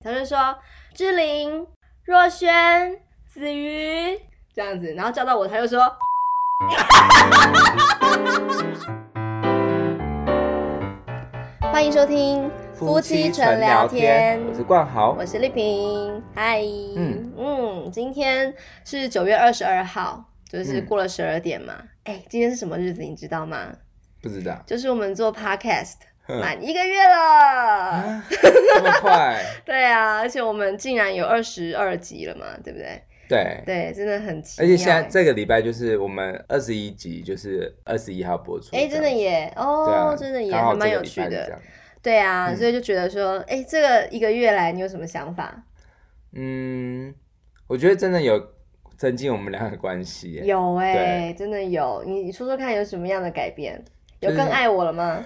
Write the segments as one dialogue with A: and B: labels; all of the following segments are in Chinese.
A: 他就说志玲、若轩、子瑜这样子，然后叫到我，他就说。 欢迎收听纯
B: 我是冠豪
A: 我。是丽萍，嗨，嗯
B: 嗯
A: 今天是九月二十二号，就是
B: 嗯
A: 过了十二点嘛。哎、今天是什么日子，你知道吗？
B: 不知道，
A: 就是我们做 podcast
B: 嗯
A: 满一个月了。
B: 啊这么快？
A: 对啊，而且我们竟然有二十二集了嘛，对不对？
B: 对，
A: 对，真的很奇妙。
B: 而且现在这个礼拜就是我们二十一集，就是二十一号播出。
A: 哎、真的
B: 也
A: 耶，
B: 对
A: 哦，
B: 啊，
A: 真的耶，
B: 刚好
A: 还蛮
B: 这
A: 有
B: 个礼
A: 趣
B: 拜是这
A: 的
B: 样。。
A: 对啊，
B: 嗯
A: 所以就觉得说，哎、这个一个月来你有什么想法？
B: 嗯，我觉得真的有增进我们两个关系耶。
A: 有哎、真的有，你你说说看有什么样的改变？有
B: 就是
A: 更爱我了吗？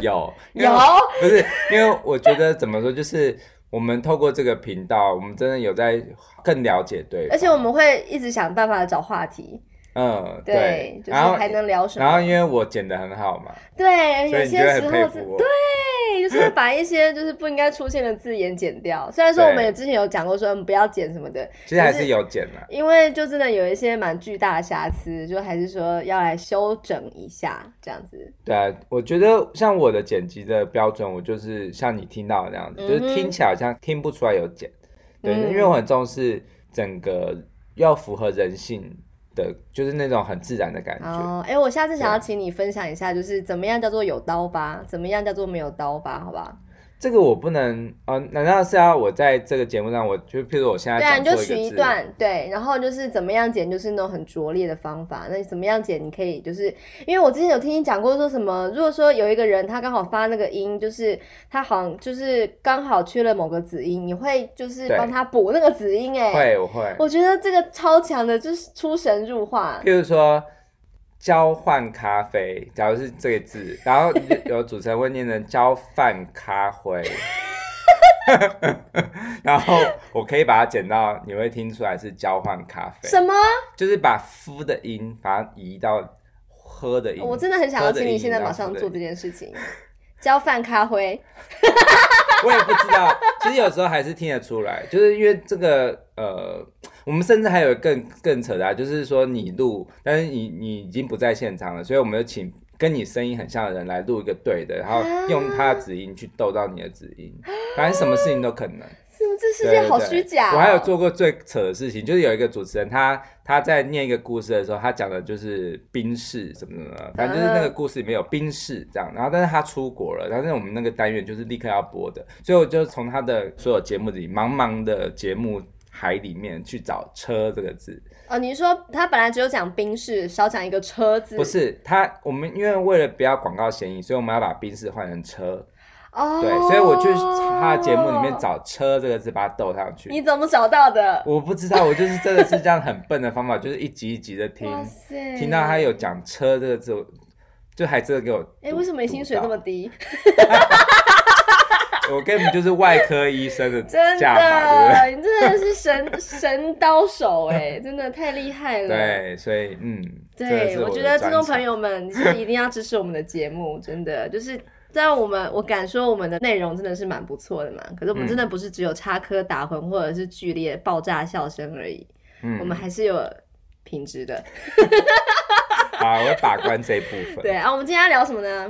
B: 有因为
A: 有，
B: 不是因为我觉得怎么说，就是我们透过这个频道，我们真的有在更了解对
A: 而
B: 方。
A: 且我们会一直想办法找话题，
B: 嗯，
A: 对，就是
B: 然后
A: 还能聊什
B: 然后
A: 么？
B: 因为我剪的很好嘛，
A: 对，
B: 所
A: 有
B: 以你就会
A: 些时
B: 很
A: 候
B: 佩
A: 是
B: 服我。
A: 对，就是会把一些就是不应该出现的字眼剪掉。虽然说我们
B: 对
A: 也之前有讲过说嗯不要剪什么的，
B: 其实还是有剪啦。
A: 因为就真的有一些蛮巨大的瑕疵，就还是说要来修整一下这样子。
B: 对啊，我觉得像我的剪辑的标准，我就是像你听到的那样子，
A: 嗯哼
B: 就是听起来好像听不出来有剪。对，
A: 嗯
B: 因为我很重视整个要符合人性的，就是那种很自然的感觉。
A: 哦，哎，我下次想要
B: 对
A: 请你分享一下，就是怎么样叫做有刀疤，怎么样叫做没有刀疤，好吧？
B: 这个我不能，呃，难道是要我在这个节目上，我就譬如我现在
A: 对啊，
B: 讲
A: 你
B: 错
A: 就
B: 一个
A: 取一
B: 字
A: 段，对，然后就是怎么样剪，就是那种很拙劣的方法。那你怎么样剪，你可以就是，因为我之前有听你讲过说什么，如果说有一个人他刚好发那个音，就是他好像就是刚好缺了某个子音，你会就是
B: 对
A: 帮他补那个子音、哎，
B: 会，我会，
A: 我觉得这个超强的，就是出神入化。
B: 譬如说交换咖啡，假如是这个字，然后有有主持人会念成交换咖啡， 然后我可以把它剪到，你会听出来是交换咖啡，
A: 什么？
B: 就是把“夫”的音把它移到“喝”的音。
A: 哦我真的很想要请你现在马上做这件事情，浇饭咖啡。
B: 我也不知道，其实有时候还是听得出来，就是因为这个呃，我们甚至还有更更扯的、啊，就是说你录，但是你你已经不在现场了，所以我们就请跟你声音很像的人来录一个对的，然后用他的指音去逗到你的指音，反正什么事情都可能。
A: 是不是这世
B: 对
A: 界
B: 对
A: 好
B: 对
A: 虚假、哦
B: 我还有。做过最扯的事情，就是有一个主持人，他他在念一个故事的时候，他讲的就是冰室什么什么的，反正就是那个
A: 嗯
B: 故事里面有冰室这样。然后，但是他出国了，但是我们那个单元就是立刻要播的，所以我就从他的所有节目里茫茫的节目海里面去找“车”这个字，
A: 哦，你是说他本来只有讲冰室，少讲一个车字，
B: 不是他，我们因为为了不要广告嫌疑，所以我们要把冰室换成车，
A: 哦，
B: 对，所以我去他的节目里面。找“车”这个字，把它逗上去。
A: 你怎么找到的？
B: 我不知道，我就是真的是这样很笨的方法，就是一集一集的听，
A: 塞
B: 听到他有讲车这个字，我就还真的给我。
A: 哎、为什么你薪水这么
B: 低？
A: 低？
B: 我根本就是外科医 生的
A: 真
B: 价码，
A: 的，你 真的是神神刀手哎、真的太厉害
B: 对不
A: 了。
B: 对？对，所以嗯，这
A: 对，
B: 是
A: 我
B: 我
A: 觉得听众朋
B: 友
A: 友们是一定要支持我们的节目，真的就是。虽然我们我敢说我们的内容真的是蛮不错的嘛，可是我们
B: 嗯
A: 真的不是只有插科打诨或者是剧烈爆炸笑声而已，
B: 嗯
A: 我们还是有品质的。
B: 好，我会把关这一部 分。
A: 对，啊，我们今天要聊什么呢？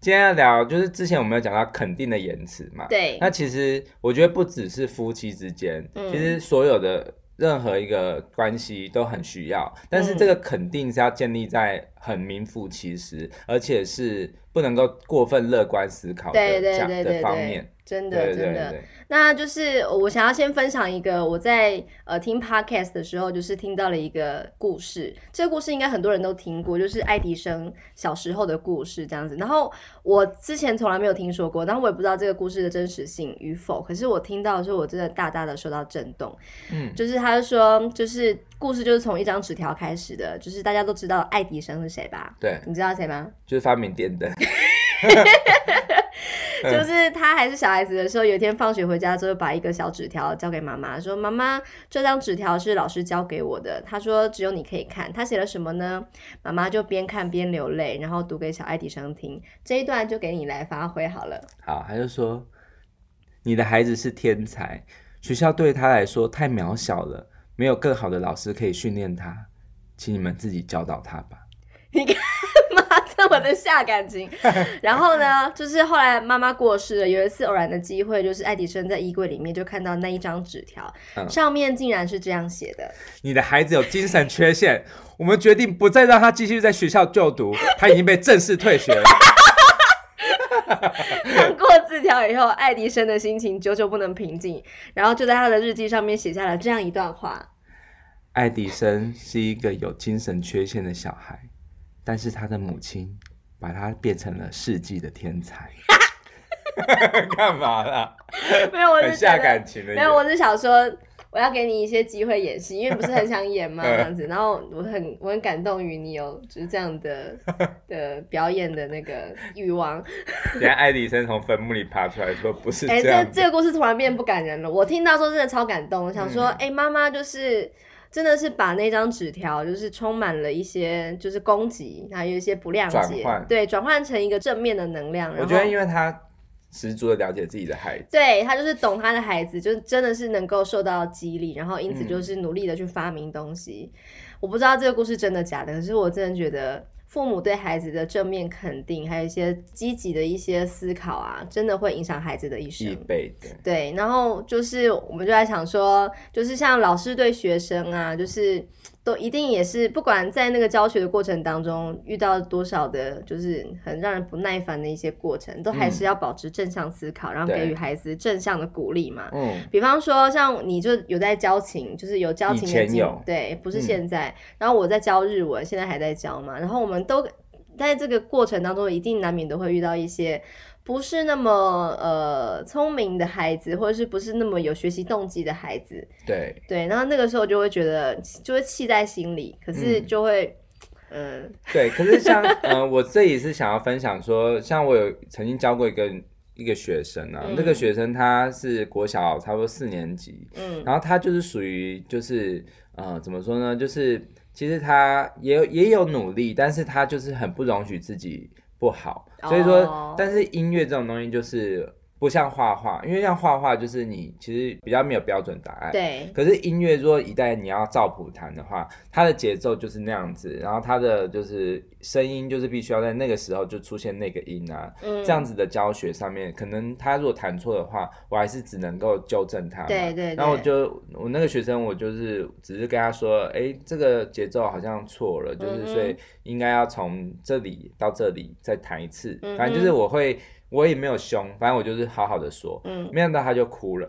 B: 今天要聊就是之前我们有讲到肯定的言辞嘛，
A: 对
B: 那其实我觉得不只是夫妻之间，
A: 嗯
B: 其实所有的任何一个关系都很需要，但
A: 嗯
B: 是这个肯定是要建立在很名副其实，而且是不能够过分乐观思考的
A: 对对
B: 这样
A: 对
B: 的
A: 对
B: 方
A: 对
B: 面。，
A: 真
B: 对
A: 的
B: 对
A: 真的。
B: 对，
A: 那就是我想要先分享一个我在呃听 podcast 的时候，就是听到了一个故事。这个故事应该很多人都听过，就是爱迪生小时候的故事这样子。然后我之前从来没有听说过，然后我也不知道这个故事的真实性与否。可是我听到的时候，我真的大大的受到震动。
B: 嗯
A: 就是他就说，就是故事就是从一张纸条开始的，就是大家都知道爱迪生是谁吧？
B: 对，
A: 你知道谁吗？
B: 就是发明电灯，
A: 就是他还是小孩子的时候，有一天放学回家之后，把一个小纸条交给妈妈，说：“妈妈，这张纸条是老师交给我的，他说只有你可以看。他写了什么呢？”妈妈就边看边流泪，然后读给小爱迪生听。这一段就给你来发挥好了。
B: 好，他就说。你的孩子是天才，学校对他来说太渺小了，没有更好的老师可以训练他，请你们自己教导他吧。
A: 你干嘛这么的下感情？然后呢，就是后来妈妈过世了，有一次偶然的机会，就是爱迪生在衣柜里面就看到那一张纸条，
B: 嗯
A: 上面竟然是这样写的：
B: 你的孩子有精神缺陷， 我们决定不再让他继续在学校就读， 他已经被正式退学了。
A: 看过字条以后，爱迪生的心情久久不能平静，然后就在他的日记上面写下了这样一段话：
B: 爱迪生是一个有精神缺陷的小孩，但是他的母亲把他变成了世纪的天才。 干嘛啦？
A: 没有，我
B: 很
A: 是觉
B: 下
A: 得
B: 感情的。
A: 没有，我是想说。我要给你一些机会演戏，因为不是很想演 嘛，这样子。然后我很我很感动于你有就是这样的的表演的那个欲望。
B: 等下爱迪生从坟墓里爬出来说不是
A: 哎、
B: 这样
A: 这
B: 子。
A: 这个故事突然变不感人了。我听到说真的超感动，想
B: 嗯
A: 说，哎、妈妈就是真的是把那张纸条，就是充满了一些就是攻击，还有一些不谅解
B: 转换，
A: 对，转换成一个正面的能量。然
B: 我
A: 后
B: 觉得因为他十足的了解自己的孩子，
A: 对他就是懂他的孩子，就是真的是能够受到激励，然后因此
B: 嗯
A: 就是努力的去发明东西。我不知道这个故事真的假的，可是我真的觉得父母对孩子的正面肯定，还有一些积极的一些思考啊，真的会影响孩子的一生。
B: 一辈子。
A: 对，然后就是我们就在想说，就是像老师对学生啊，就是都一定也是不管在那个教学的过程当中遇到多少的，就是很让人不耐烦的一些过程，都还是要保持正向思考，然后
B: 对
A: 给予孩子正向的鼓励嘛。
B: 嗯，
A: 比方说，像你就有在教琴，就是有教琴
B: 以
A: 的
B: 前
A: 经
B: 有
A: 对，不是
B: 嗯
A: 现在。然后我在教日文，现在还在教嘛。然后我们都在这个过程当中，一定难免都会遇到一些不是那么呃聪明的孩子，或者是不是那么有学习动机的孩子。
B: 对，
A: 对，然后那个时候就会觉得就会气在心里，可是
B: 嗯
A: 就会嗯
B: 对，可是像嗯，我这里是想要分享说，像我有曾经教过一个一个学生啊，
A: 嗯
B: 那个学生他是国小差不多四年级，
A: 嗯
B: 然后他就是属于就是呃怎么说呢，就是其实他也有也有努力，但是他就是很不容许自己不好，所以说，
A: 哦
B: 但是音乐这种东西就是不像画画，因为像画画就是你其实比较没有标准答案，
A: 对
B: 可是音乐，如果一旦你要照谱弹的话，它的节奏就是那样子，然后它的就是声音就是必须要在那个时候就出现那个音啊，
A: 嗯
B: 这样子的教学上面，可能他如果弹错的话，我还是只能够纠正他嘛。
A: 对对对
B: 然后我就我那个学生，我就是只是跟他说，哎、这个节奏好像错了，就
A: 嗯
B: 是
A: 哼
B: 所以应该要从这里到这里再弹一次。
A: 嗯哼
B: 反正就是我会，我也没有凶，反正我就是好好的说。
A: 嗯，
B: 没想到他就哭了，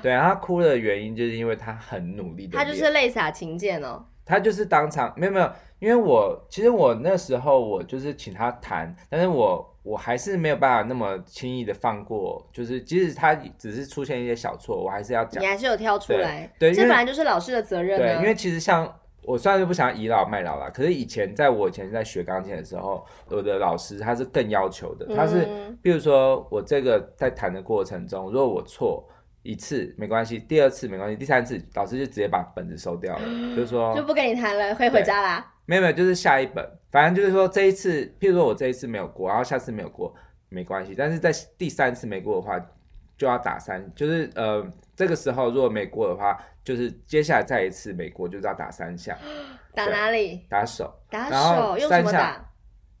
B: 对，他哭的原因就是因为他很努力的，
A: 他就是泪洒琴键哦，
B: 他就是当场没有没有，因为我其实我那时候我就是请他弹，但是我我还是没有办法那么轻易的放过，就是即使他只是出现一些小错，我还是要讲
A: 你，还是有挑出
B: 对
A: 来，
B: 对
A: 这
B: 因为
A: 本来就是老师的责任
B: 对，
A: 啊，
B: 因为其实像我虽然就不想倚老卖老啦，可是以前在我以前在学钢琴的时候，我的老师他是更要求的，他是
A: 嗯
B: 比如说我这个在弹的过程中，如果我错一次没关系，第二次没关系，第三次老师就直接把本子收 掉了，就是说
A: 就不跟你谈了，可以回
B: 对
A: 家啦。
B: 没有没有，就是下一本，反正就是说这一次，譬如说我这一次没有过，然后下次没有过没关系，但是在第三次没过的话就要打三，就是呃这个时候如果没过的话，就是接下来再一次没过就是要打三下，
A: 打
B: 对
A: 哪里？
B: 打手，
A: 打
B: 然后
A: 啊手用什
B: 三
A: 么
B: 下
A: 打？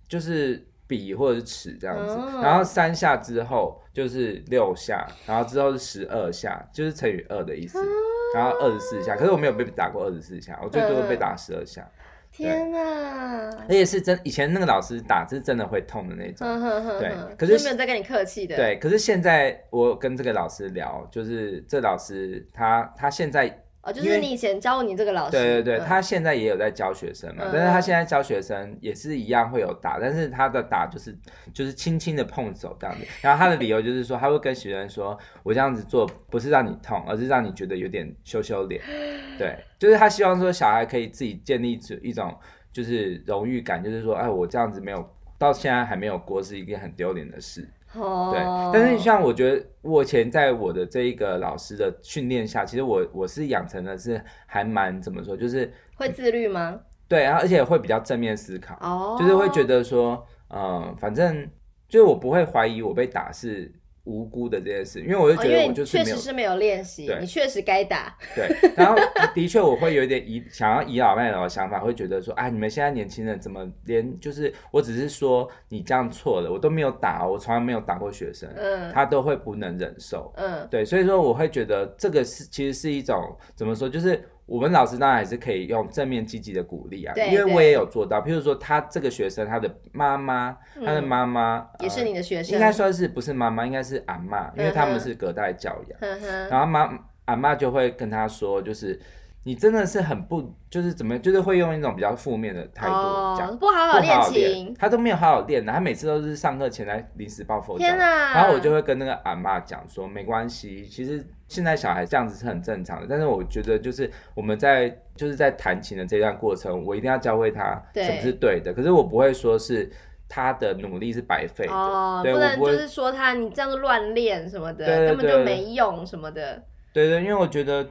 B: 就是笔或者是尺这样子，
A: 哦
B: 然后三下之后就是六下，然后之后是十二下，就是乘以二的意
A: 啊
B: 思，然后二十四下，可是我没有被打过二十四下，我最
A: 嗯
B: 多被打十二下，
A: 天哪！
B: 而且是真以前那个老师打是真的会痛的那种。
A: 哼哼哼
B: 对
A: 哼，
B: 可是
A: 就没有在跟你客气的。，
B: 对，可是现在我跟这个老师聊，就是这老师他他现在
A: 哦，就
B: 因
A: 是
B: 为
A: 你以前教你这个老师，
B: 对对对，
A: 嗯
B: 他现在也有在教学生嘛，但是他现在教学生也是一样会有打，但是他的打就是就是轻轻的碰手这样子。然后他的理由就是说，他会跟学生说，我这样子做不是让你痛，而是让你觉得有点羞羞 脸。对，就是他希望说小孩可以自己建立出一种就是荣誉感，就是说，哎，我这样子没有。到现在还没有过是一件很丢脸的事，对。
A: 哦，
B: 但是像我觉得，我以前在我的这一个老师的训练下，其实我我是养成的是还蛮怎么说，就是
A: 会自律吗？
B: 对，然后而且会比较正面思考，
A: 哦，
B: 呃就是会觉得说，嗯、反正就是我不会怀疑我被打是无辜的这件事，因为我就
A: 哦，
B: 觉
A: 因
B: 得
A: 为
B: 我
A: 你
B: 就是
A: 确
B: 没有、
A: 实是没有练习，
B: 对
A: 你确实该打。
B: 对，然后的确我会有一点倚想要倚老卖老的想法，会觉得说啊，你们现在年轻人怎么连就是我只是说你这样错了，我都没有打哦，我从来没有打过学生，
A: 嗯
B: 他都会不能忍受。
A: 嗯，
B: 对，所以说我会觉得这个是其实是一种怎么说，就是我们老师当然还是可以用正面积极的鼓励啊，
A: 对
B: 因为
A: 对
B: 我也有做到。譬如说，他这个学生，他的妈妈，他的
A: 嗯
B: 妈妈、
A: 也是
B: 呃
A: 你的学生，嗯
B: 应该算是不是妈妈，应该是阿嬷，因为他们是隔代教养，
A: 呵呵，
B: 然后妈阿嬷就会跟他说，就是你真的是很不，就是怎么样，就是会用一种比较负面的态度讲。
A: 哦，不好
B: 不
A: 好练
B: 好
A: 琴，
B: 他都没有好好练的，他每次都是上课前来临时抱佛脚。
A: 天哪！
B: 然后我就会跟那个阿嬷讲说，没关系，其实现在小孩这样子是很正常的。但是我觉得就是我们在就是在弹琴的这段过程，我一定要教会他
A: 对
B: 什么是对的。可是我不会说是他的努力是白费的，
A: 哦，
B: 对
A: 不
B: 我
A: 能
B: 不
A: 就
B: 会，
A: 是说他你这样子乱练什么的，
B: 对对
A: 根本就
B: 对
A: 没用什么的。
B: 对对，因为我觉得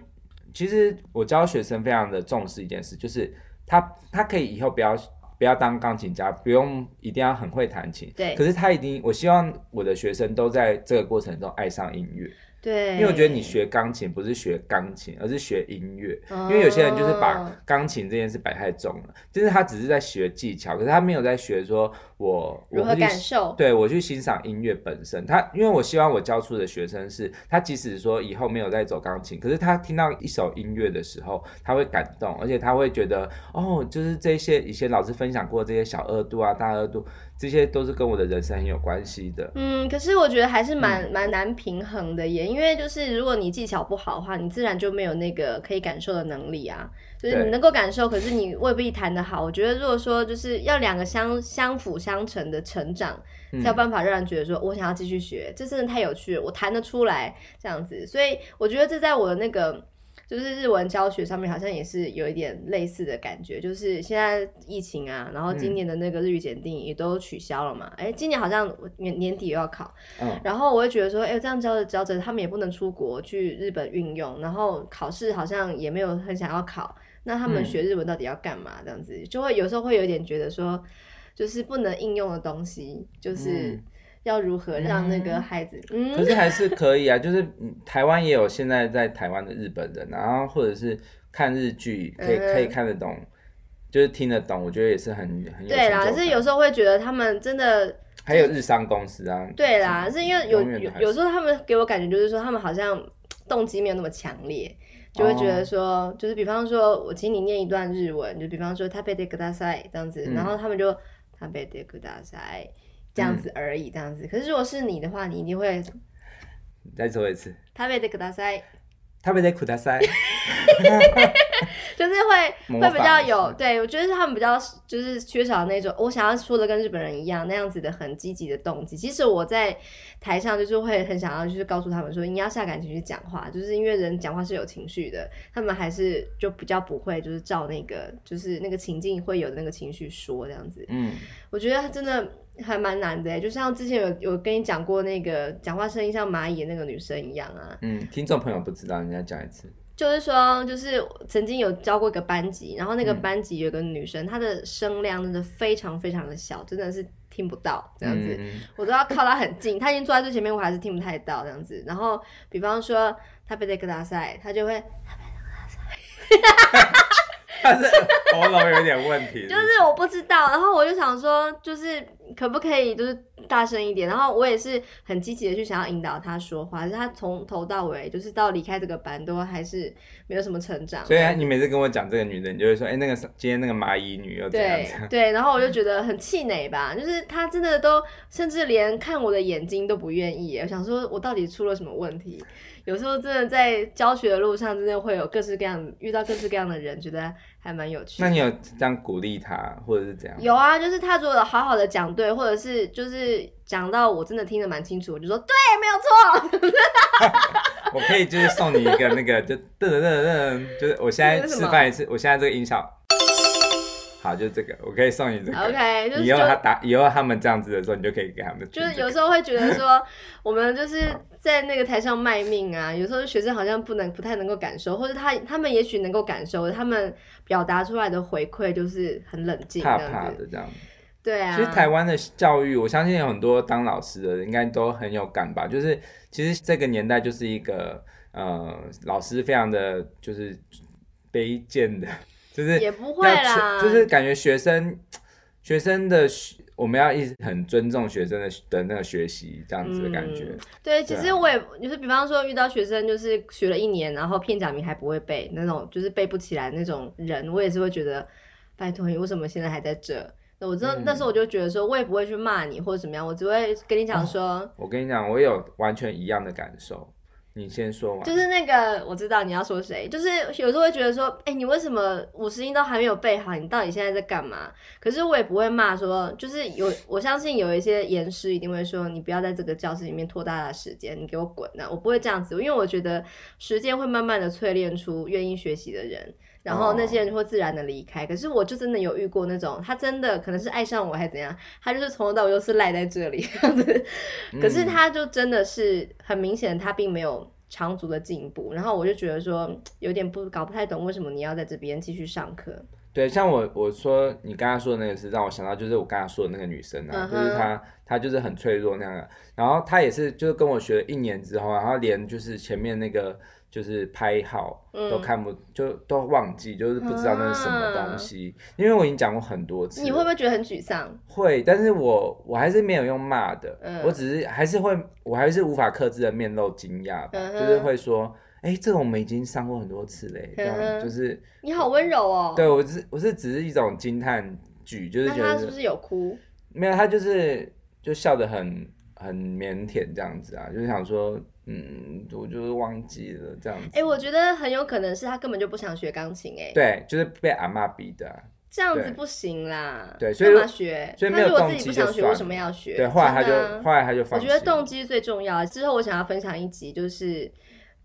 B: 其实我教学生非常的重视一件事，就是他他可以以后不要。不要当钢琴家，不用一定要很会弹琴。
A: 对
B: 可是他一定，我希望我的学生都在这个过程中爱上音乐。
A: 对，
B: 因为我觉得你学钢琴不是学钢琴，而是学音乐。因为有些人就是把
A: 哦
B: 钢琴这件事摆太重了，就是他只是在学技巧，可是他没有在学说我
A: 如
B: 我
A: 何
B: 会去
A: 感受，
B: 对我去欣赏音乐本身。他因为我希望我教出的学生是，他即使说以后没有在走钢琴，可是他听到一首音乐的时候，他会感动，而且他会觉得哦，就是这些以前老师分享过这些小二度啊、大二度，这些都是跟我的人生很有关系的。
A: 嗯，可是我觉得还是
B: 嗯
A: 蛮蛮难平衡的耶，因为就是如果你技巧不好的话，你自然就没有那个可以感受的能力啊。就是你
B: 对
A: 能够感受，可是你未必弹得好。我觉得如果说就是要两个相相辅相成的成长，
B: 嗯
A: 才有办法让人觉得说我想要继续学，这真的太有趣了，我弹得出来这样子。所以我觉得这在我的那个。就是日文教学上面好像也是有一点类似的感觉，就是现在疫情啊，然后今
B: 嗯
A: 年的那个日语检定也都取消了嘛，哎、今年好像我年年底又要考，
B: 嗯，
A: 然后我会觉得说，哎、这样教着教着，他们也不能出国去日本运用，然后考试好像也没有很想要考，那他们
B: 嗯
A: 学日文到底要干嘛？这样子就会有时候会有一点觉得说，就是不能应用的东西，就是
B: 嗯
A: 要如何让那个孩子，嗯，
B: 可是还是可以啊，就是嗯台湾也有现在在台湾的日本人啊，然后或者是看日剧，可以
A: 嗯
B: 可以看得懂，就是听得懂，我觉得也是很很有
A: 对啦，
B: 成就
A: 可是
B: 感
A: 有时候会觉得他们真的
B: 还有日商公司啊，
A: 对啦，是因为有
B: 永远
A: 有
B: 的还是
A: 有时候他们给我感觉就是说，他们好像动机没有那么强烈，就会觉得说，就是比方说我请你念一段日文，就比方说他贝德格大赛这样子，
B: 嗯
A: 然后他们就他贝德格大赛这样子而已，这样
B: 嗯
A: 子。可是如果是你的话，你一定会
B: 再说一次，
A: 他贝德格大赛，
B: 他们在苦大赛，
A: 就是会
B: 模
A: 会
B: 仿
A: 比较有对，我觉得是他们比较就是缺少那种我想要说的跟日本人一样那样子的很积极的动机。其实我在台上就是会很想要就是告诉他们说，你要下感情去讲话，就是因为人讲话是有情绪的，他们还是就比较不会就是照那个就是那个情境会有的那个情绪说这样子。
B: 嗯，
A: 我觉得真的还蛮难的欸，就像之前有有跟你讲过那个讲话声音像蚂蚁的那个女生一样啊，
B: 嗯，听众朋友不知道，你再讲一次。
A: 就是说，就是曾经有教过一个班级，然后那个
B: 嗯
A: 班级有个女生，她的声量真的非常非常的小，真的是听不到这样子。
B: 嗯
A: 我都要靠她很近，她已经坐在最前面，我还是听不太到这样子。然后，比方说她被这个大赛，她就会，
B: 但是喉咙有点问 题，
A: 就是我不知道。然后我就想说，就是可不可以就是大声一点？然后我也是很积极的去想要引导她说话，但是她从头到尾，就是到离开这个班都还是没有什么成长。
B: 所以啊你每次跟我讲这个女人，你就会说，哎、那个今天那个蚂蚁女又怎样
A: 对
B: 怎样，
A: 对，然后我就觉得很气馁吧，就是他真的都甚至连看我的眼睛都不愿意耶，我想说我到底出了什么问题？有时候真的在教学的路上，真的会有各式各样遇到各式各样的人，觉得还蛮有趣
B: 那
A: 的。
B: 你有这样鼓励她，或者是怎样？
A: 有啊，就是他如果好好的讲对，或者是就是讲到我真的听得蛮清楚，我就说对，没有错。
B: 我可以就是送你一个那个，就噔噔噔噔噔，就是我现在示范一次，我现在这个音效，好，就是这个，我可以送你 这个。
A: OK，就是
B: 以后
A: 就
B: 他打，以后他们这样子的时候，你就可以给他们听
A: 就
B: 这个、
A: 是有时候会觉得说，我们就是在那个台上卖命啊，有时候学生好像不能不太能够感受，或者他他们也许能够感受，他们表达出来的回馈就是很冷静这
B: 怕
A: 样
B: 怕
A: 子。
B: 的这样。
A: 对啊，
B: 其实台湾的教育，我相信有很多当老师的人应该都很有感吧。就是其实这个年代就是一个呃，老师非常的就是卑贱的，就是
A: 也不会啦
B: 要求就是感觉学生学生的学我们要一直很尊重学生的的那个学习这样子的感觉。
A: 嗯对，其
B: 对
A: 实
B: 啊
A: 我也就是，比方说遇到学生，就是学了一年，然后片假名还不会背那种，就是背不起来那种人，我也是会觉得，拜托你为什么现在还在这？那我真的、
B: 嗯
A: 那时候我就觉得说，我也不会去骂你或者怎么样，我只会跟你
B: 哦
A: 讲说，
B: 我跟你讲，我有完全一样的感受。你先说完。
A: 就是那个我知道你要说谁，就是有时候会觉得说，哎、你为什么五十音都还没有背好？你到底现在在干嘛？可是我也不会骂说，就是有我相信有一些严师一定会说，你不要在这个教室里面拖大家的时间，你给我滚啊！我不会这样子，因为我觉得时间会慢慢的淬炼出愿意学习的人。然后那些人就会自然的离开，可是我就真的有遇过那种，他真的可能是爱上我还是怎样，他就是从头到尾都是赖在这里，这样子可是
B: 嗯
A: 他就真的是很明显，他并没有长足的进步。然后我就觉得说，有点不搞不太懂，为什么你要在这边继续上课？
B: 对，像我我说你刚刚说的那个是让我想到，就是我刚刚说的那个女生啊
A: 嗯哼
B: 就是她她就是很脆弱那样的，然后她也是就是跟我学了一年之后啊，然后连就是前面那个就是拍号都
A: 嗯
B: 看不、就都忘记，就是不知道那是什么
A: 啊
B: 东西，因为我已经讲过很多次了，
A: 你会不会觉得很沮丧？
B: 会，但是我我还是没有用骂的，
A: 嗯
B: 我只是还是会，我还是无法克制的面露惊讶吧，
A: 嗯哼
B: 就是会说，哎、这个我们已经上过很多次嘞，这样、
A: 嗯哼
B: 就是
A: 你好温柔哦。
B: 对，我是我是只是一种惊叹句，就是
A: 那
B: 觉
A: 他
B: 得
A: 是不是有哭？
B: 没有，他就是就笑得很很腼腆这样子啊，就是想说，嗯，我就是忘记了这样子。
A: 哎、我觉得很有可能是他根本就不想学钢琴、哎，
B: 对，就是被阿嬷逼的啊、
A: 这样子
B: 对
A: 不行啦。
B: 对所以
A: 干嘛学？
B: 所以
A: 他
B: 没有
A: 如果
B: 动
A: 自
B: 机
A: 己不
B: 就
A: 想学，
B: 算
A: 为
B: 了
A: 什么要学？
B: 对，后来他就
A: 真的啊
B: 后来他就
A: 我
B: 放弃
A: 觉
B: 了。
A: 得动机最重要。之后我想要分享一集，就是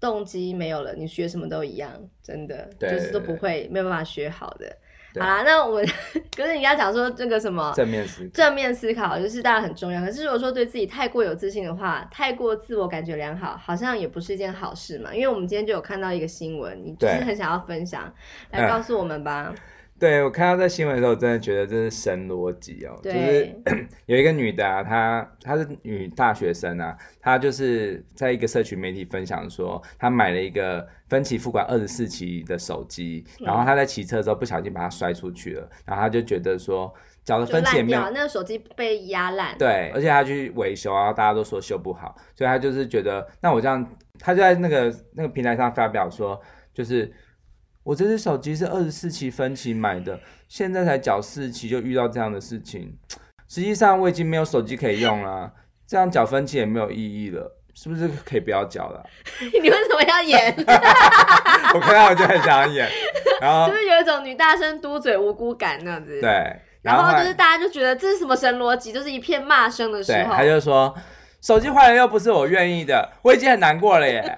A: 动机没有了，你学什么都一样，真的
B: 对
A: 就是都不会没有办法学好的。
B: 对
A: 好啦，那我们 可是你刚刚讲说这个什么
B: 正面思考，
A: 正面思考，就是当然很重要。可是如果说对自己太过有自信的话，太过自我感觉良好，好像也不是一件好事嘛。因为我们今天就有看到一个新闻，你就是
B: 对
A: 很想要分享，
B: 嗯
A: 来告诉我们吧。
B: 对我看到这新闻的时候，我真的觉得这是神逻辑哦，就是
A: 对，
B: 有一个女的啊，她她是女大学生啊，她就是在一个社群媒体分享说，她买了一个分期付款二十四期的手机，然
A: 嗯
B: 后她在骑车的时候不小心把它摔出去了，然后她就觉得说缴了
A: 就
B: 分期也
A: 烂
B: 没有
A: 掉，那个手机被压烂。
B: 对，而且她去维修，然后大家都说修不好，所以她就是觉得，那我这样，她就在那个那个平台上发表说，就是我这只手机是二十四期分期买的，现在才缴四期就遇到这样的事情，实际上我已经没有手机可以用了，这样缴分期也没有意义了。是不是可以不要缴了？
A: 你为什么要 演？
B: 我看到我就很想演，然后
A: 就是有一种女大生嘟嘴无辜感那样子。
B: 对，。
A: 然后就
B: 她
A: 是大家就觉得这是什么神逻辑，就是一片骂声的时
B: 对，
A: 候
B: 他，就说手机坏了又不是我愿意的，我已经很难过 了耶。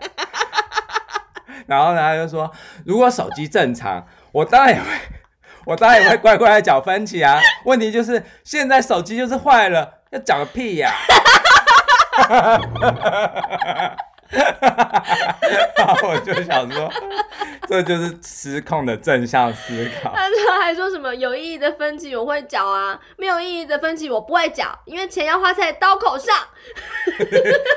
B: 然后呢，他就说如果手机正常，我当然也会， 我当然也会乖乖的缴分期啊。问题就是现在手机就是坏了，要缴个屁 呀、然后我就想说，这就是失控的正向思考。
A: 但 是他还说什么有意义的分歧我会缴啊，没有意义的分歧我不会缴，因为钱要花在刀口上，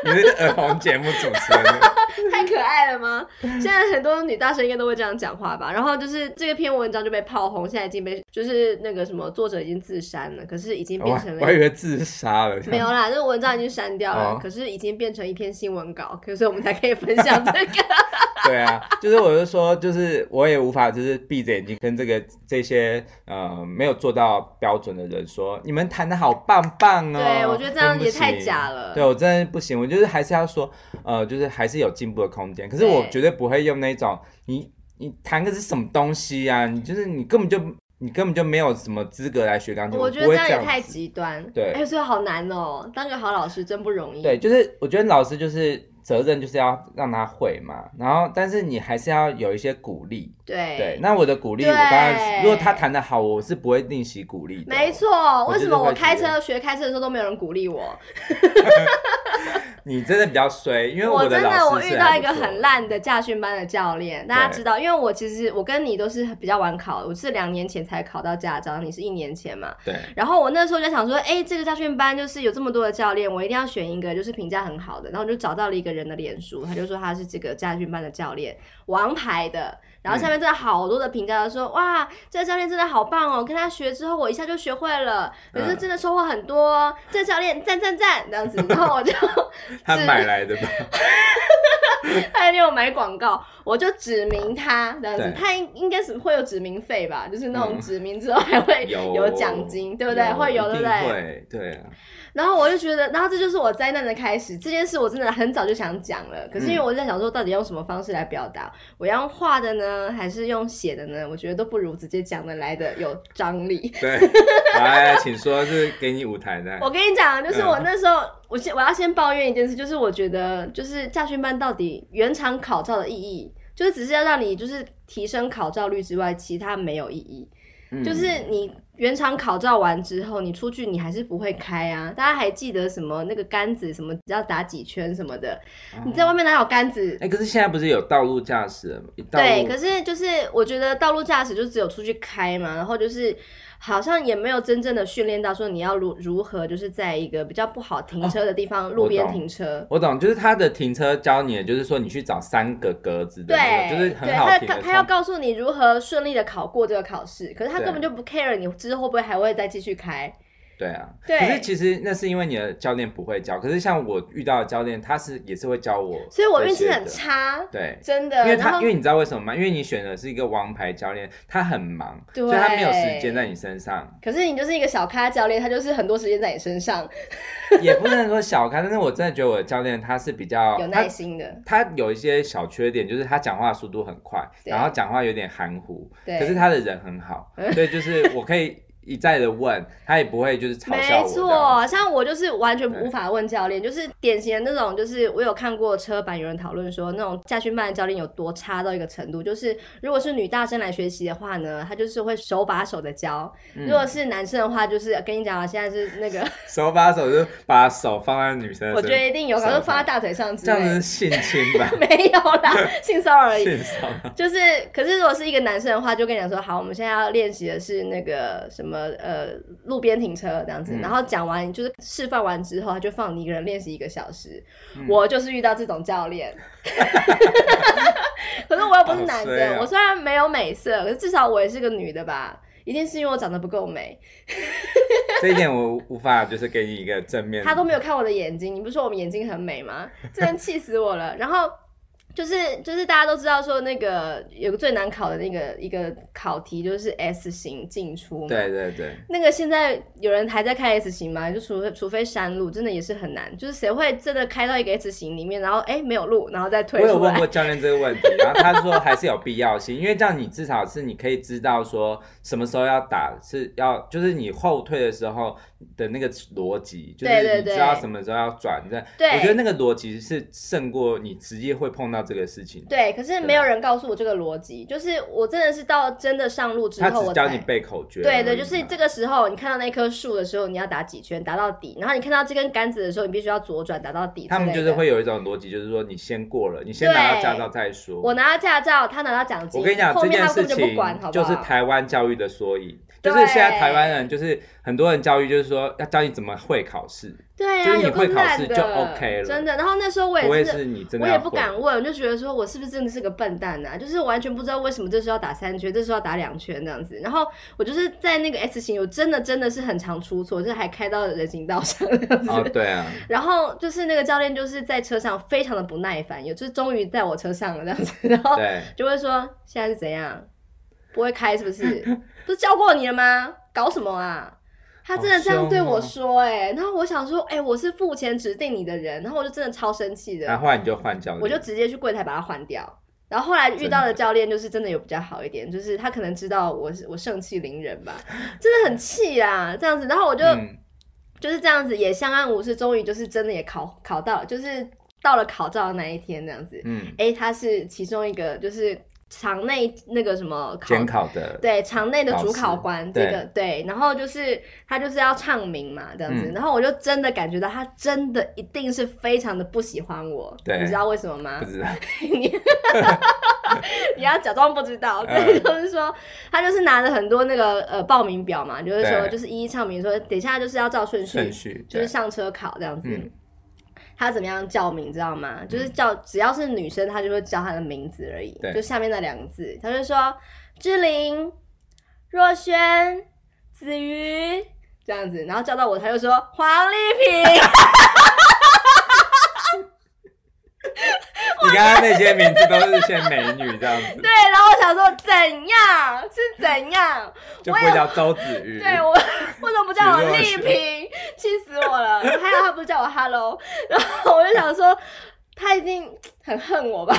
B: 你是儿童节目主持人。
A: 太可爱了吗？ 现在很多女大生应该都会这样讲话吧。然后就是这个篇文章就被炮轰，现在已经被就是那个什么作者已经自删了，可是已经 变
B: 哦我
A: 成
B: 我以
A: 了。
B: 为自杀了，
A: 没有啦，这个文章已经删掉了，
B: 哦
A: 可是已经变成一篇新闻稿，可是我们才可以分享 这个。
B: 对啊，就是我就说，就是我也无法，就是闭着眼睛跟这个这些呃没有做到标准的人说，你们弹的好棒棒哦。
A: 对我觉得这样也太
B: 真不行
A: 假了
B: 对我真的不行，我就是还是要说，呃，就是还是有进步的空间。可是
A: 对
B: 我绝对不会用那种你你弹个是什么东西啊？你就是你根本就你根本就没有什么资格来学钢琴，
A: 我
B: 我
A: 觉
B: 不
A: 得
B: 会
A: 样也
B: 子
A: 太极端，
B: 对
A: 哎、所以好难哦，当个好老师真不容易。
B: 对，，就是我觉得老师就是责任就是要让他会嘛，然后但是你还是要有一些鼓励。
A: 对，
B: 对，那我的鼓励，我当然，
A: 对
B: 如果他弹的好，我是不会吝惜鼓励的。哦
A: 没，错。
B: 我
A: 为
B: 就
A: 什
B: 是
A: 么我
B: 会觉
A: 开
B: 得
A: 车学开车的时候都没有人鼓励我？
B: 你真的比较衰，因为
A: 我
B: 的
A: 真的
B: 老
A: 我
B: 师
A: 遇
B: 是
A: 到
B: 还
A: 一
B: 不
A: 个
B: 错
A: 很烂的驾训班的教练，大家
B: 对
A: 知道，因为我其实我跟你都是比较晚考，我是两年前才考到驾照，你是一年前嘛。
B: 对，
A: 然后我那时候就想说，哎、这个驾训班就是有这么多的教练，我一定要选一个就是评价很好的。然后我就找到了一个人的脸书，他就说他是这个驾训班的教练，王牌
B: 嗯
A: 的。然后下面真的好多的评价都说，哇，这个教练真的好棒哦，跟他学之后我一下就学会了，可是
B: 嗯
A: 真的收获很多哦、这个教练赞赞赞这样 子，然后我就
B: 他
A: 是
B: 买 来的吧？
A: 他给我买广告，我就指明他这样子
B: 对，
A: 他应应该是会有指名费吧，就是那种
B: 嗯
A: 指名之后还会
B: 有
A: 有奖金，对不对？会有，对
B: 一
A: 不
B: 定
A: 对？
B: 会，对啊，
A: 然后我就觉得，然后这就是我灾难的开始。这件事我真的很早就想讲了，可是因为
B: 嗯
A: 我在想说，到底用什么方式来表达？我要用画的呢，还是用写的呢？我觉得都不如直接讲的来的有张力。
B: 对。来，请说是给你舞台的，
A: 我跟你讲，就是我那时候，我先我要先抱怨一件事，就是我觉得，就是驾训班到底原厂考照的意义，就是只是要让你就是提升考照率之外，其他没有意义。
B: 嗯
A: 就是你原厂考照完之后，你出去你还是不会开啊。大家还记得什么那个杆子什么要打几圈什么的，你在外面哪有杆子？
B: 哦哎，可是现在不是有道路驾驶了吗？道
A: 对，
B: 路
A: 可是就是我觉得道路驾驶就只有出去开嘛，然后就是好像也没有真正的训练到说你要如如何就是在一个比较不好停车的地方、路边
B: 懂
A: 停车。
B: 我懂，就是他的停车教你的，就是说你去找三个格子的
A: 对
B: 那，个，就是
A: 对
B: 很好
A: 他
B: 停
A: 他
B: 的。
A: 他要告诉你如何顺利的考过这个考试，可是他根本
B: 对
A: 就不 care 你之后会不会还会再继续开。
B: 对啊，
A: 对
B: 可是其实那是因为你的教练不会教，可是像我遇到的教练，他是也是会教我，
A: 所以我运气很。差，
B: 对，
A: 真的。
B: 因为
A: 然
B: 他
A: 后
B: 因为你知道为什么吗？因为你选的是一个王牌教练，他很忙，
A: 对
B: 所以他没有时间在你身上，
A: 可是你就是一个小咖教练，他就是很多时间在你身上，
B: 也不能说小看，但是我真的觉得我的教练他是比较
A: 有耐心的。
B: 他。他有一些小缺点，就是他讲话速度很快，
A: 对
B: 然后讲话有点含糊，
A: 对
B: 可是他的人 很好，所以就是我可以一再的问，他也不会就是嘲笑
A: 没
B: 我这样。
A: 错，像我就是完全
B: 对
A: 无法问教练，就是典型的那种，就是我有看过车版有人讨论说，那种驾训班的教练有多差到一个程度，就是如果是女大生来学习的话呢，他就是会手把手的教；
B: 嗯
A: 如果是男生的话，就是跟你讲啊，现在是那 个，
B: 手把手就把手放在女生的身上，
A: 我觉得一定有，可能放在大腿上之
B: 这样
A: 类
B: 子是
A: 的。，
B: 性侵吧
A: 没有啦，性骚扰而已。
B: 性骚扰。
A: 就是，可是如果是一个男生的话，就跟你讲说，好，我们现在要练习的是那个什么呃路边停车这样子，
B: 嗯
A: 然后讲完就是示范完之后，他就放你一个人练习一个小时。
B: 嗯
A: 我就是遇到这种教练， 可是我又不是男
B: 好衰
A: 的，
B: 啊
A: 我虽然没有美色，可是至少我也是个女的吧。一定是因为我长得不够美，
B: 这一点我无法就是给你一个正面。
A: 他都没有看我的眼睛。你不是说我们眼睛很美吗？ 真的气死我了。然后就是就是大家都知道说那个有个最难考的那个一个考题就是 S 型进出嘛。
B: 对对对，
A: 那个现在有人还在开 S 型吗？就除非除非山路，真的也是很难。就是谁会真的开到一个 S 型里面，然后哎、没有路，然后再
B: 我
A: 推
B: 有
A: 出
B: 问
A: 来
B: 过？教练这个问题，然后他说还是有必要性，因为这样你至少是你可以知道说什么时候要打，是要就是你后退的时候的那个逻辑，就
A: 对对
B: 是你
A: 对
B: 知道什么时候要转。这样
A: 对
B: 我觉得那个逻辑是胜过你直接会碰到这个事情。
A: 对，可是没有人告诉我这个逻辑。就是我真的是到真的上路之
B: 他
A: 后，
B: 只
A: 我
B: 教你
A: 才。
B: 背口诀而已嘛。
A: 对对，就是这个时候，你看到那棵树的时候，你要打几圈，打到底。然后你看到这根杆子的时候，你必须要左转，打到底。
B: 他们就是。会有一种逻辑，就是说你先过了，你先拿到驾照再说。
A: 我拿到驾照，他拿到奖金。
B: 我跟你讲
A: 后
B: 这
A: 面
B: 件
A: 他
B: 事
A: 根本就不
B: 情
A: 管，好，不
B: 就
A: 好？
B: 是台湾教育的缩影。
A: 对
B: 就是现在台湾人，就是很多人教育，就是说要教你怎么会考试，
A: 对
B: 就
A: 啊，
B: 是你
A: 有
B: 会
A: 够
B: 考
A: 烂
B: 试
A: 的，
B: 就 OK 了
A: 真的。然后那时候我
B: 不
A: 也
B: 会
A: 真的
B: 是你真
A: 我
B: 的
A: 也
B: 要
A: 不
B: 会。哦
A: 敢问，我就觉得说我是不是真的是个笨蛋啊？就是完全不知道为什么这时候要打三圈，这时候要打两圈这样子。然后我就是在那个 S 型，我真的真的是很常出错，就是还开到人行道上这样子。
B: 哦，对啊，
A: 然后就是那个教练就是在车上非常的不耐烦，有就是终于在我车上了这样子， 然后
B: 对，
A: 就会说现在是怎样，不会开是不 是？不是教过你了吗？搞什么啊？他真的这样对我
B: 哦
A: 说、哎、然后我想说，哎、我是付钱指定你的人，然后我就真的超生气的。
B: 然后后来你就换教练，嗯
A: 我就直接去柜台把它换掉。然后后来遇到的教练就是真的有比较好一点，就是他可能知道我是我盛气凌人吧，真的很气啊这样子。然后我就、
B: 嗯，
A: 就是这样子也相安无事，终于就是真的也考考到了，就是到了考照的那一天这样子。
B: 嗯，
A: 哎，他是其中一个就是场内那个什么考
B: 监考的，
A: 对场内的主考
B: 老
A: 官
B: 师
A: 这个对，然后就是他就是要唱名嘛这样子，
B: 嗯
A: 然后我就真的感觉到他真的一定是非常的不喜欢我，
B: 对
A: 你知道为什么吗
B: 不？知道，
A: 你你要假装不知道，对，
B: 嗯
A: 就是说他就是拿着很多那个呃报名表嘛，就是说
B: 对
A: 就是一一唱名说等一下就是要照顺序
B: 顺序
A: 就是
B: 对
A: 上车考这样子。
B: 嗯
A: 他怎么样叫名，知道吗？就是叫只要是女生，他就会叫她的名字而已，
B: 对
A: 就下面那两个字，他就说志玲、若轩、子瑜这样子，然后叫到我，他就说黄丽萍，
B: 你刚刚那些名字都是些美女这样子，
A: 对，然后我想说怎样是怎样，
B: 就不会叫周子瑜，
A: 对我为什么不叫我丽 萍？气死我了！还有他不叫我 Hello，然后我就想说他一定很恨我吧，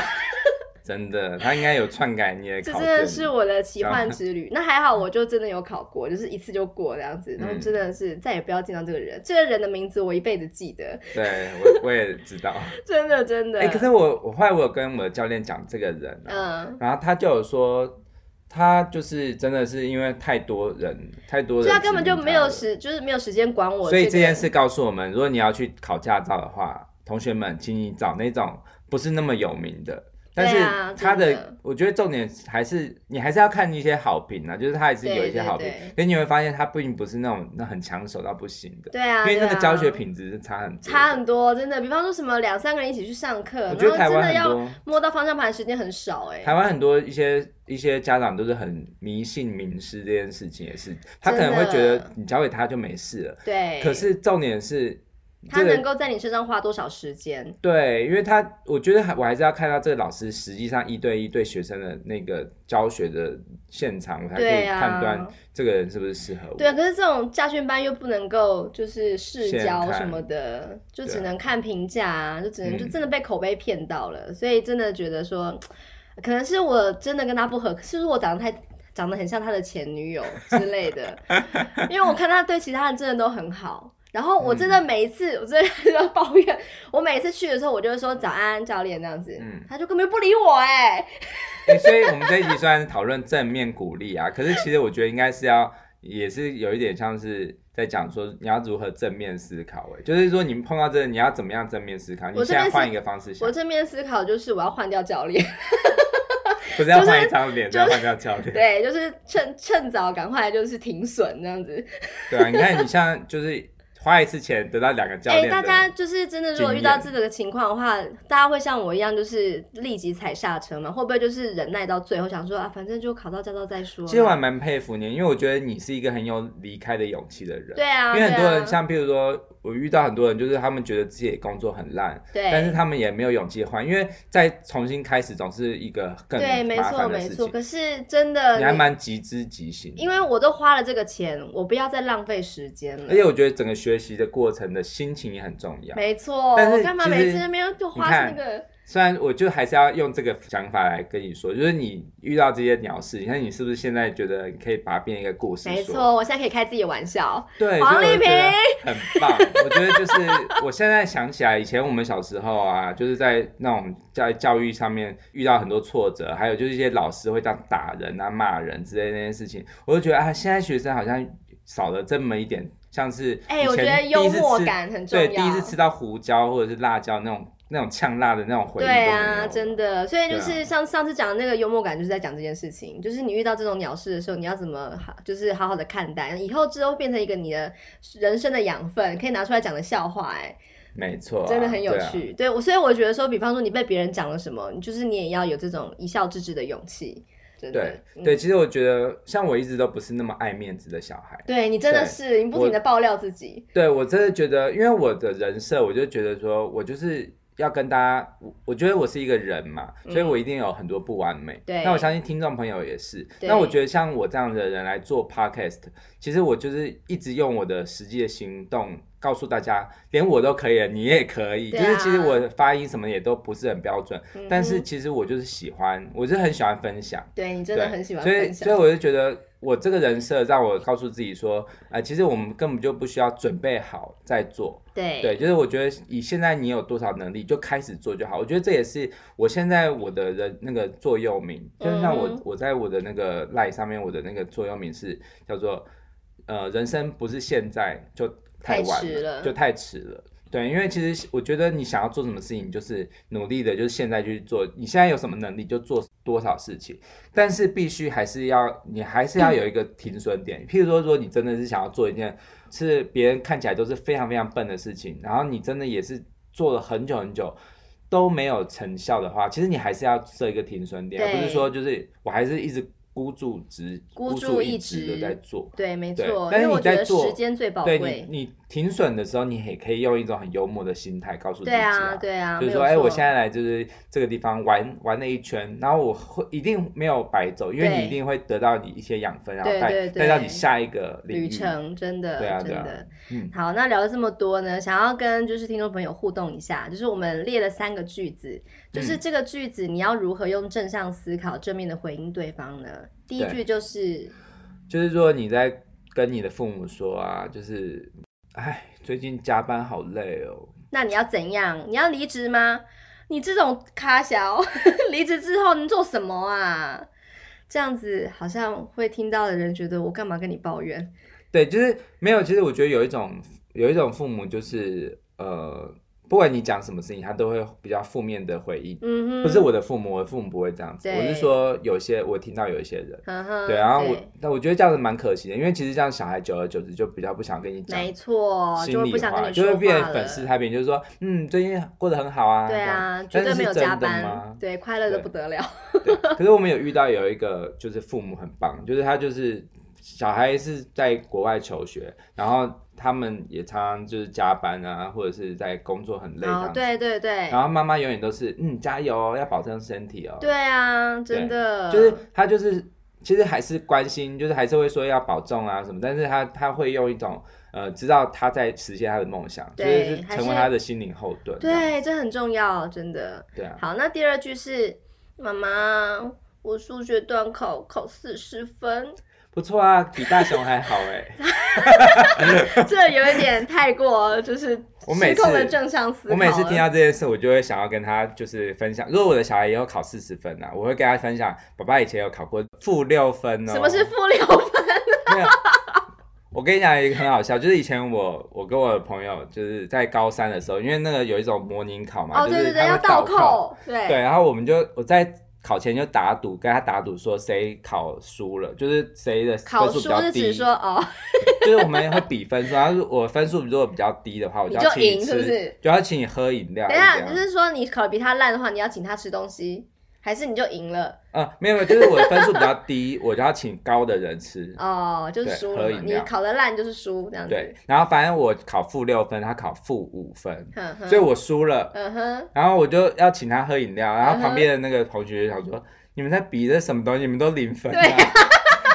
B: 真的，他应该有篡改你的
A: 这
B: 考
A: 真
B: 卷，啊
A: 的是我的奇 幻之旅。那还好，我就真的有考过，就是一次就过这样子，然后
B: 嗯
A: 真的是再也不要见到这个人。这个人的名字我一辈子记得，
B: 对我我也知道，
A: 真的真的。
B: 哎、可是我我后来我有跟我的教练讲这个人、啊，
A: 嗯，
B: 然后他就有说，他就是真的是因为太多人，太多
A: 所
B: 人，
A: 以他根本就没有。时，就是没有时间管我。
B: 所以这件事，告诉我们，如果你要去考驾照的话，同学们，请你找那种不是那么有名的。但
A: 对啊
B: 是他的，
A: 真的
B: 我觉得重点还是你还是要看一些好评啊，就是他还是有一些好评
A: 对对对，
B: 所以你会发现他并不是那种那很抢手到不行的，
A: 对啊，
B: 因为那
A: 对
B: 个
A: 啊
B: 教学。品质是差很多的。
A: 差很多，真的。比方说什么两三个人一起去上课，
B: 我
A: 然后
B: 觉得台
A: 真
B: 湾
A: 的
B: 很
A: 要
B: 多，
A: 摸到方向盘时间很少哎、
B: 台湾很多一些一些家长都是很迷信名师这件事情，也是他可能会觉
A: 真的
B: 得你交给他就没事了，
A: 对，
B: 可是重点是
A: 他
B: 这
A: 能
B: 个
A: 够在你身上花多少时间？
B: 对，因为他我觉得还我还是要看到这个老师实际上一对一对学生的那个教学的现场，我才可以
A: 对啊
B: 判断这个人是不是适合我。
A: 对，可啊是这种驾训班又不能够就是试
B: 现
A: 教
B: 看
A: 什么的，就只
B: 对
A: 能看评价啊，就只能就
B: 嗯
A: 真的被口碑骗到了，所以真的觉得说，可能是我真的跟他不合，是不是我长得太长得很像他的前女友之类 的，因为我看他对其他人真的都很好。然后我真的
B: 嗯
A: 每一次，我真的要抱怨，我每一次去的时候，我就会说早安教练这样子，
B: 嗯
A: 他就根本就不理我哎、
B: 欸所以我们这一集虽然是讨论正面鼓励啊，可是其实我觉得应该是要，也是有一点像是在讲说你要如何正面思考、欸，就是说你们碰到这个你要怎么样正面思考，你
A: 我这
B: 现
A: 边
B: 在换
A: 是
B: 一个方式想
A: 我，正面思考就是我要换掉教练，
B: 不是要
A: 就是
B: 换一张脸，
A: 就
B: 就要换掉教练，
A: 对，就是趁趁早赶快就是停损这样子，
B: 对啊，你看你像就是花一次钱得到两个教
A: 哎、
B: 练的，
A: 大家就是真的，如果
B: 经
A: 遇到
B: 验
A: 这个情况的话，大家会像我一样，就是立即踩刹车吗？会不会就是忍耐到最后，想说啊，反正就考到驾照再说啊？
B: 其实我还蛮佩服你，因为我觉得你是一个很有离开的勇气的人，
A: 对啊，
B: 因为很多
A: 对啊
B: 人像譬如说。我遇到很多人，就是他们觉得自己的工作很烂，
A: 对，
B: 但是他们也没有勇气换，因为再重新开始总是一个更
A: 对，没
B: 麻
A: 错
B: 烦的
A: 没
B: 事
A: 错。
B: 情。
A: 可是真的，
B: 你还蛮急知急行的，
A: 因为我都花了这个钱，我不要再浪费时间了
B: 而。且我觉得整个学习的过程的心情也很重要。
A: 没错，
B: 但是
A: 我干嘛
B: 其
A: 每
B: 实
A: 次那边就
B: 你
A: 花那
B: 看
A: 个？
B: 虽然我就还是要用这个想法来跟你说，就是你遇到这些鸟事，你看你是不是现在觉得你可以把它变一个故事说？
A: 没，错，我现在可以开自己的玩笑。
B: 对，
A: 黄
B: 所以我
A: 丽
B: 就觉得
A: 萍
B: 很棒。我觉得就是我现在想起来，以前我们小时候啊，就是在那种在教育上面遇到很多挫折，还有就是一些老师会这样打人啊、骂人之类的那些事情，我就觉得啊，现在学生好像少了这么一点，像是
A: 哎、
B: 以
A: 我觉
B: 前
A: 得
B: 第一
A: 幽
B: 次
A: 默
B: 吃
A: 感很重要。
B: 对，第一次吃到胡椒或者是辣椒那种那种呛辣的那种回忆都没
A: 对
B: 有
A: 啊，
B: 了
A: 真的，所以就
B: 对
A: 是上、上次讲的那个幽默感，就是在讲这件事情，就是你遇到这种鸟事的时候，你要怎么好，就是好好的看待，以后之后变成一个你的人生的养分，可以拿出来讲的笑话、哎、
B: 没错啊、
A: 真的很有
B: 对啊
A: 趣。对我，所以我觉得说，比方说你被别人讲了什么，就是你也要有这种一笑置之的勇气，真的。
B: 对
A: 嗯
B: 对，其实我觉得像我一直都不是那么爱面子的小孩，
A: 对你真的
B: 对
A: 是，你不停的爆料自己，
B: 对我真的觉得，因为我的人设，我就觉得说我就是。要跟大家，我我觉得我是一个人嘛，所以我一定有很多不完美。
A: 嗯对
B: 那我相信听众朋友也是。
A: 对
B: 那我觉得像我这样的人来做 podcast，其实我就是一直用我的实际的行动告诉大家，连我都可以了，你也可以。
A: 对
B: 就
A: 啊
B: 是其实我的发音什么也都不是很标准，
A: 嗯
B: 但是
A: 哼
B: 其实我就是喜欢，我是很喜欢分享。
A: 对你真
B: 对，
A: 的很喜欢
B: 所以
A: 分
B: 所以
A: 享，
B: 我就觉得我这个人设让我告诉自己说，呃，其实我们根本就不需要准备好再做，
A: 对
B: 对，就是我觉得以现在你有多少能力就开始做就好。我觉得这也是我现在我的人那个座右铭，就是像我、
A: 嗯哼
B: 我在我的那个 line 上面，我的那个座右铭是叫做呃，人生不是现在就太晚
A: 太迟了
B: 就太迟了。对，因为其实我觉得你想要做什么事情，你就是努力的，就是现在就去做。你现在有什么能力，就做多少事情。但是必须还是要，你还是要有一个停损点。譬如说，如果你真的是想要做一件是别人看起来都是非常非常笨的事情，然后你真的也是做了很久很久都没有成效的话，其实你还是要设一个停损点，
A: 对
B: 而不是说就是我还是一直孤注直
A: 孤注
B: 注一
A: 一
B: 掷
A: 掷
B: 的在做。
A: 对，没
B: 对
A: 错，
B: 但
A: 因为
B: 是你
A: 我觉
B: 在
A: 得
B: 做
A: 时间最宝
B: 对
A: 贵，
B: 你，你停损的时候，你也可以用一种很幽默的心态告诉自己
A: 对啊，对啊，
B: 就是
A: 没
B: 说，
A: 有
B: 哎、我
A: 错
B: 现在来就是这个地方玩玩了一圈，然后我会一定没有白走，因为
A: 对
B: 你一定会得到你一些养分，然后
A: 对
B: 带
A: 对
B: 带到你
A: 对
B: 下一个领
A: 旅
B: 域。
A: 程，真的，
B: 对啊
A: 真
B: 对啊
A: 的。
B: 嗯
A: 好，那聊了这么多呢，想要跟就是听众朋友互动一下，就是我们列了三个句子，就是
B: 嗯
A: 这个句子你要如何用正向思考、正面的回应对方呢？第一
B: 对
A: 句就是
B: 就是说你在跟你的父母说啊，就是，哎，最近加班好累哦。
A: 那你要怎样？你要离职吗？你这种咖小， 离职之后能做什么啊？这样子好像会听到的人觉得我干嘛跟你抱怨？
B: 对，就是没有。其实我觉得有一种有一种父母就是呃，不管你讲什么事情，他都会比较负面的回应。
A: 嗯哼，
B: 不是我的父母，我的父母不会这样子。我
A: 对
B: 是说，有些我听到有一些人，
A: 呵呵，
B: 对，然后我，但我觉得这样子蛮可惜的，因为其实这样小孩久而久之就比较不想跟你讲
A: 没错，就
B: 心
A: 会
B: 里
A: 不想跟
B: 话，
A: 你
B: 就
A: 说话
B: 会
A: 了。
B: 变成粉丝太平，就是说，嗯，最近过得很好啊，
A: 对啊，绝
B: 这样但
A: 对
B: 是
A: 没有
B: 是真
A: 加
B: 的
A: 班
B: 吗，
A: 对，快乐的
B: 对
A: 不得了。
B: 对，可是我们有遇到有一个就是父母很棒，就是他就是小孩是在国外求学，然后他们也常常就是加班啊，或者是在工作很累这样
A: 哦，
B: 子。
A: 对对对，
B: 然后妈妈永远都是嗯加油哦，要保重身体哦。
A: 对啊，真
B: 对
A: 的
B: 就是他就是其实还是关心，就是还是会说要保重啊什么，但是他他会用一种呃知道他在实现他的梦想，就
A: 对
B: 是
A: 还
B: 成为
A: 是
B: 他的心灵后盾这样。
A: 对，这很重要，真的。
B: 对啊，
A: 好，那第二句是妈妈，我数学段考考四十 分，
B: 不错啊，比大雄还好哎、
A: 这有一点太过，就是
B: 我每
A: 失控的
B: 次
A: 正向思考了。
B: 我每次听到这件事，我就会想要跟他就是分享。如果我的小孩以后考四十分啊，我会跟他分享，爸爸以前有考过负六分哦。
A: 什么是负六分？
B: 没有，我跟你讲一个很好笑，就是以前我我跟我的朋友就是在高三的时候，因为那个有一种模拟考嘛，
A: 哦，对
B: 就
A: 对
B: 是
A: 对，
B: 他
A: 要
B: 会倒
A: 倒。扣，对
B: 对，然后我们就我在考前就打赌，跟他打赌说谁考输了，就是谁的
A: 考
B: 分
A: 书
B: 数比较
A: 是
B: 低
A: 指，说哦，
B: 就是我们会比分数。然后我分数如果比较低的话，我
A: 你
B: 要
A: 就
B: 请你
A: 赢
B: 吃，
A: 是不是
B: 就要请你喝饮料。
A: 等一下，
B: 这样
A: 就是说你考得比他烂的话，你要请他吃东西，还是你就赢了？
B: 啊，没有没有，就是我的分数比较低，我就要请高的人吃。
A: 哦，就是
B: 对
A: 输
B: 喝
A: 了嘛，
B: 饮
A: 你
B: 料
A: 考得烂就是输这样子。
B: 对，然后反正我考负六分，他考负五分，
A: 哼哼，
B: 所以我输了。
A: 嗯哼，
B: 然后我就要请他喝饮料，然
A: 嗯
B: 后
A: 哼
B: 旁边的那个同学就想说：“你们在比这什么东西？你们都零分、啊。
A: 对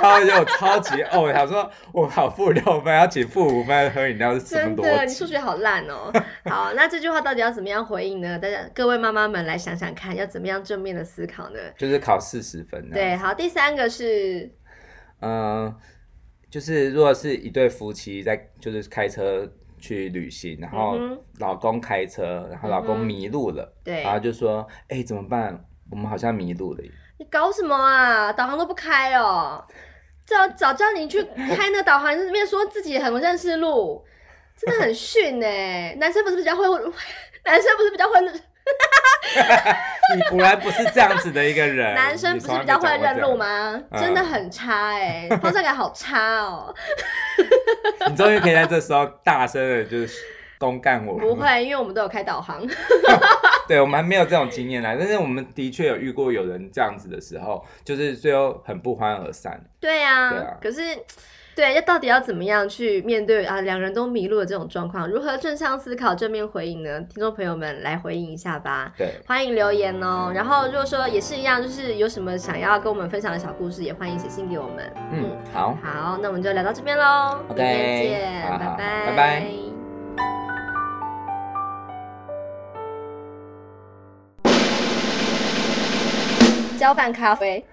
B: 然后就我超级哦，我想说我考负六分，要请负五分喝饮料是什么
A: 真
B: 逻
A: 的，你数
B: 辑？
A: 学好烂哦。好，那这句话到底要怎么样回应呢？大家各位妈妈们来想想看，要怎么样正面的思考呢？
B: 就是考四十分、啊。，
A: 对，好，第三个是
B: 嗯，就是如果是一对夫妻在就是开车去旅行，然后
A: 嗯哼
B: 老公开车，然后老
A: 嗯
B: 公
A: 哼
B: 迷路了。
A: 对
B: 然，后就说：“哎、怎么办？我们好像迷路了耶。
A: 你搞什么啊？导航都不开哦，早早叫你去开那个导航，你在那边说自己很认识路，真的很逊哎、男生不是比较会， 男生不是比较会，
B: 你果然不是这样子的一个人。
A: 男生
B: 哎你
A: 不
B: 从
A: 是
B: 来
A: 比较
B: 没
A: 会
B: 讲过
A: 认
B: 这样
A: 路？吗？
B: 嗯
A: 真的很差哎、方向感好差哦。
B: 你终于可以在这时候大声的，就是公干我。
A: 不，会，因为我们都有开导航。
B: 对我们还没有这种经验啦。但是我们的确有遇过有人这样子的时候，就是最后很不欢而散。
A: 对啊，
B: 对啊
A: 可是对，要到底要怎么样去面对啊？两人都迷路的这种状况，如何正向思考、正面回应呢？听众朋友们来回应一下吧。
B: 对，
A: 欢迎留言
B: 嗯
A: 哦，然后如果说也是一样，就是有什么想要跟我们分享的小故事，也欢迎写信给我们。
B: 嗯，好。
A: 好，那我们就聊到这边喽明
B: OK，
A: 天见，
B: 好好
A: 拜
B: 拜拜
A: 交拌咖啡。